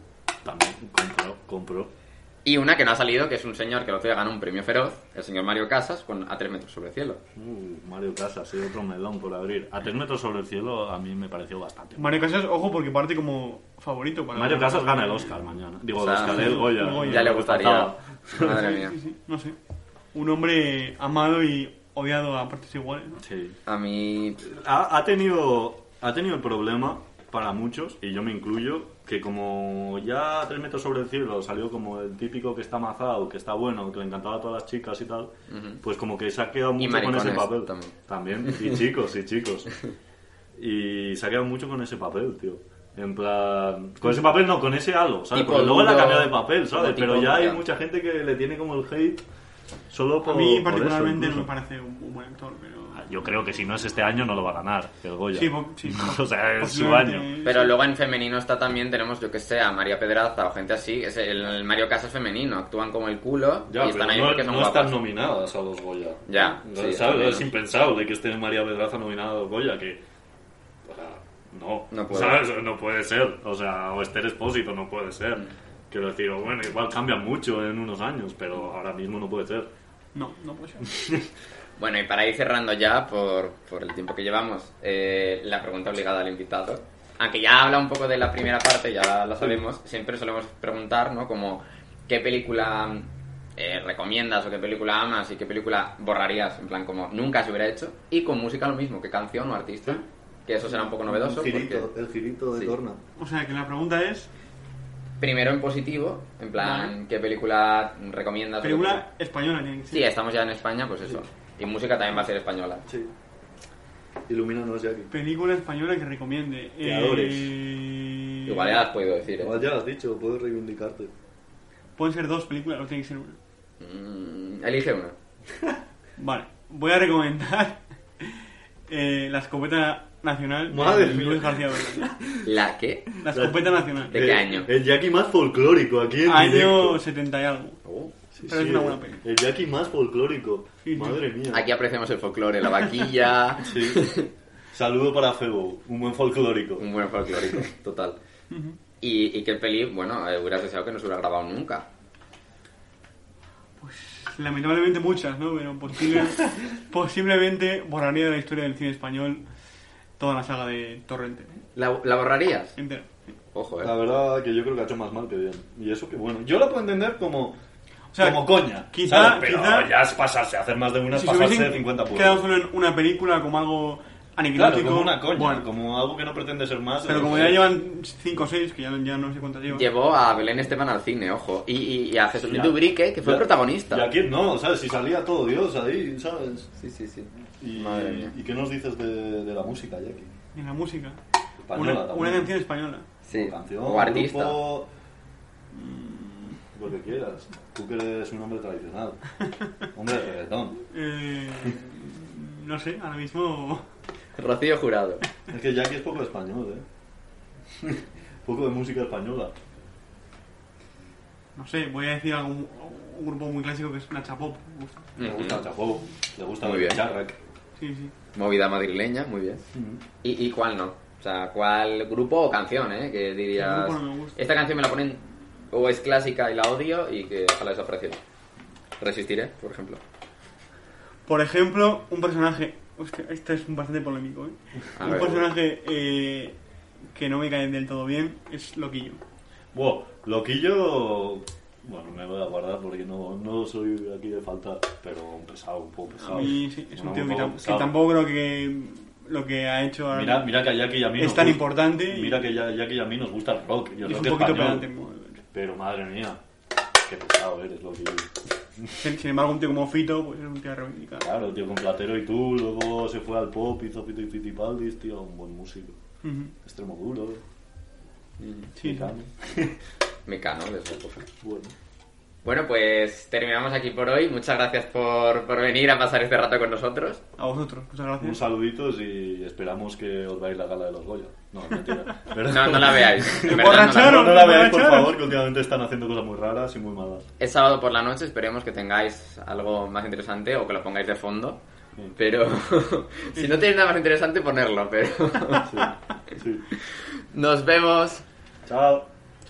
B: también compró, compró.
A: Y una que no ha salido, que es un señor que el otro día ganó un premio feroz, el señor Mario Casas, con A3 metros sobre el cielo.
B: Uh, Mario Casas, y otro melón por abrir. A tres metros sobre el cielo a mí me pareció bastante. mal.
C: Mario Casas, ojo, porque parte como favorito para...
B: Mario Casas gana el Oscar mañana. Digo,
A: O sea,
B: el Oscar, el Goya.
C: el Goya.
A: Ya le
B: Lo que
A: gustaría.
B: faltaba.
A: Madre
C: Sí,
A: mía.
C: sí, sí, no sé. Un hombre amado y odiado a partes iguales, ¿no?
B: Sí.
A: A mí
B: ha, ha tenido ha tenido el problema para muchos y yo me incluyo que como ya a tres metros sobre el cielo salió como el típico que está mazado que está bueno que le encantaba a todas las chicas y tal pues como que se ha quedado mucho con ese
A: maricones
B: papel
A: también.
B: También,
A: *laughs*
B: y chicos y chicos y se ha quedado mucho con ese papel tío en plan con ese papel no con ese halo sabes
A: Tipo
B: porque luego le ha
A: duro,
B: cambiado de papel sabes
A: tipo
B: pero ya hay
A: duro.
B: mucha gente que le tiene como el hate solo
C: A
B: por
C: mí
B: por eso,
C: particularmente no
B: incluso.
C: me parece un, un buen actor, pero...
B: Yo creo que si no es este año no lo va a ganar el Goya.
C: Sí, po-
B: *laughs*
C: sí.
B: o sea, es su
C: Posiblemente,
B: año.
A: Pero luego en femenino está también, tenemos yo que sé, a María Pedraza o gente así, es el, el Mario Casas femenino, actúan como el culo y están ahí porque son guapas.
B: nominadas a los Goya.
A: Ya,
B: No,
A: sí,
B: ¿sabes?
A: también.
B: Es impensable que esté María Pedraza nominada a los Goya, que... o sea, no.
A: No puede.
B: ¿Sabes? No puede ser. O sea, o Esther Expósito no puede ser.
A: Mm.
B: Quiero decir, o bueno, igual cambia mucho en unos años, pero ahora mismo no puede ser.
C: No, no puede ser.
A: Bueno, y para ir cerrando ya por, por el tiempo que llevamos, eh, la pregunta obligada al invitado. Aunque ya habla un poco de la primera parte, ya la sabemos, siempre solemos preguntar, ¿no? Como, ¿qué película eh, recomiendas o qué película amas y qué película borrarías, en plan como nunca se hubiera hecho. Y con música lo mismo, qué canción o artista, que eso será un poco novedoso.
D: El girito,
A: porque
D: el girito de
A: Sí.
D: Torna.
C: O sea, que la pregunta es,
A: primero en positivo, en plan qué película recomiendas. o qué
C: película española, tiene que ser.
A: Sí, estamos ya en España, pues eso. Y música también va a ser española.
D: Sí. Ilumínanos, Jackie.
C: Película española que recomiende.
D: Que
C: Eh,
D: adores.
A: Igual ya las puedo decir, ¿eh?
D: Igual ya lo has dicho, puedes reivindicarte.
C: Pueden ser dos películas, no tiene que ser una.
A: Mm, elige una.
C: Vale, voy a recomendar *laughs* eh, La Escopeta Nacional
D: Madre
C: de
D: mía.
C: Luis García Berlanga.
A: ¿La qué?
B: *laughs*
C: La Escopeta Nacional.
A: ¿De qué
D: El-
A: año?
D: Eh, El Jackie más folclórico aquí en
C: Año
D: directo.
C: 70 y algo.
A: Oh.
D: Sí,
C: Pero es
D: sí,
C: una buena
D: el-
C: peli.
D: El Jackie más folclórico.
C: Sí, sí.
D: Madre mía.
A: Aquí apreciamos el folclore, la vaquilla,
D: Sí. Saludo para Febo, un buen folclórico.
A: *laughs* un buen folclórico, total. Y, y qué peli, bueno, eh, hubieras deseado que no se hubiera grabado nunca.
C: Lamentablemente muchas, ¿no? Pero posible- posiblemente borraría de la historia del cine español toda la saga de Torrente.
A: ¿La, la borrarías?
C: Entera.
A: Ojo,
D: La
A: eh.
D: verdad que yo creo que ha hecho más mal que bien. Y eso que bueno. Yo lo puedo entender como,
C: O sea,
D: como coña.
C: quizá-
A: Ah,
D: ¿sabes? Pero
C: quizá-
D: ya es pasarse, hacer más de una es
C: si se
D: pasarse
C: hubiesen
D: de 50 puntos.
C: quedado solo en una película como algo anecdótico.
D: Claro, como una coña,
C: bueno,
D: como algo que no pretende ser más.
C: pero
D: eh,
C: como ya llevan 5 o 6, que ya, ya no sé cuántas llevan.
A: Llevó a Belén Esteban al cine, ojo. Y, y, y a Jesús
D: Ya.
A: Dubrique, que fue
D: Ya.
A: protagonista.
D: Y aquí no, ¿sabes? Si salía todo Dios ahí, ¿sabes?
A: Sí, sí, sí.
D: Y,
A: Madre mía.
D: ¿Y qué nos dices de, de la música, Jackie?
C: En la música.
D: Española
C: una,
D: también.
C: una canción española.
A: Sí.
D: Canción,
A: o artista.
D: grupo, mm, lo que quieras. Tú que eres un
C: *laughs*
D: hombre tradicional. Hombre de reggaetón.
C: Eh, no sé, ahora mismo.
A: Rocío Jurado.
D: Es que Jackie es poco español, ¿eh? *laughs* poco de música española.
C: No sé, voy a decir algún un grupo muy clásico que es Nacha Pop. me gusta.
D: Le gusta el
A: Ujú.
D: chapó, le gusta
A: Muy
D: el
A: bien.
D: charrac.
C: Sí, sí.
A: Movida madrileña, muy bien. ¿Y, y cuál no? O sea, ¿cuál grupo o canción, eh? Que dirías...
C: grupo no me gusta.
A: Esta canción me la ponen o es clásica y la odio y que ojalá desapareciera. Resistiré, por ejemplo.
C: Por ejemplo, un personaje. Hostia, este es bastante polémico, ¿eh?
A: A
C: un
A: ver.
C: personaje eh, que no me cae del todo bien es Loquillo.
D: Buah, loquillo. Bueno, me voy a guardar porque no, no soy aquí de faltar, pero un pesado, un poco pesado.
C: A mí sí, es un tío
D: Bueno,
C: que,
D: poco
C: tam- que
D: pesado.
C: tampoco creo que lo que ha hecho ahora
D: Mira, mira que a Jackie y a mí
C: es
D: nos
C: tan
D: gusta-
C: importante. y-
D: Mira que ya, ya que a mí nos gusta el rock. y el
C: y es un
D: rock
C: poquito
D: español.
C: pedante. como-
D: Pero madre mía, qué pesado eres, lo que yo.
C: Sin sin embargo, un tío como Fito, pues es un tío a reivindicar.
D: Claro, tío, con Platero y tú, luego se fue al pop, hizo Fito y Fitipaldis, tío, un buen músico.
C: Ujú.
D: Extremo duro,
C: Sí, sí.
D: mecano.
A: Me cano de eso, por favor.
D: Bueno,
A: Bueno, pues terminamos aquí por hoy. Muchas gracias por, por venir a pasar este rato con nosotros.
C: A vosotros, muchas
D: un
C: gracias.
D: saluditos y esperamos que os veáis la gala de los Goya. No,
C: *laughs*
D: mentira. Pero-
A: No, no la veáis. En verdad, no la-
C: Borracharon.
D: No, no la veáis, por
C: Borracharon.
D: favor, que últimamente están haciendo cosas muy raras y muy malas.
A: Es sábado por la noche, esperemos que tengáis algo más interesante o que lo pongáis de fondo. Pero *laughs* si no tenéis nada más interesante, ponerlo. Pero
D: Sí, sí.
A: nos vemos.
D: Chao.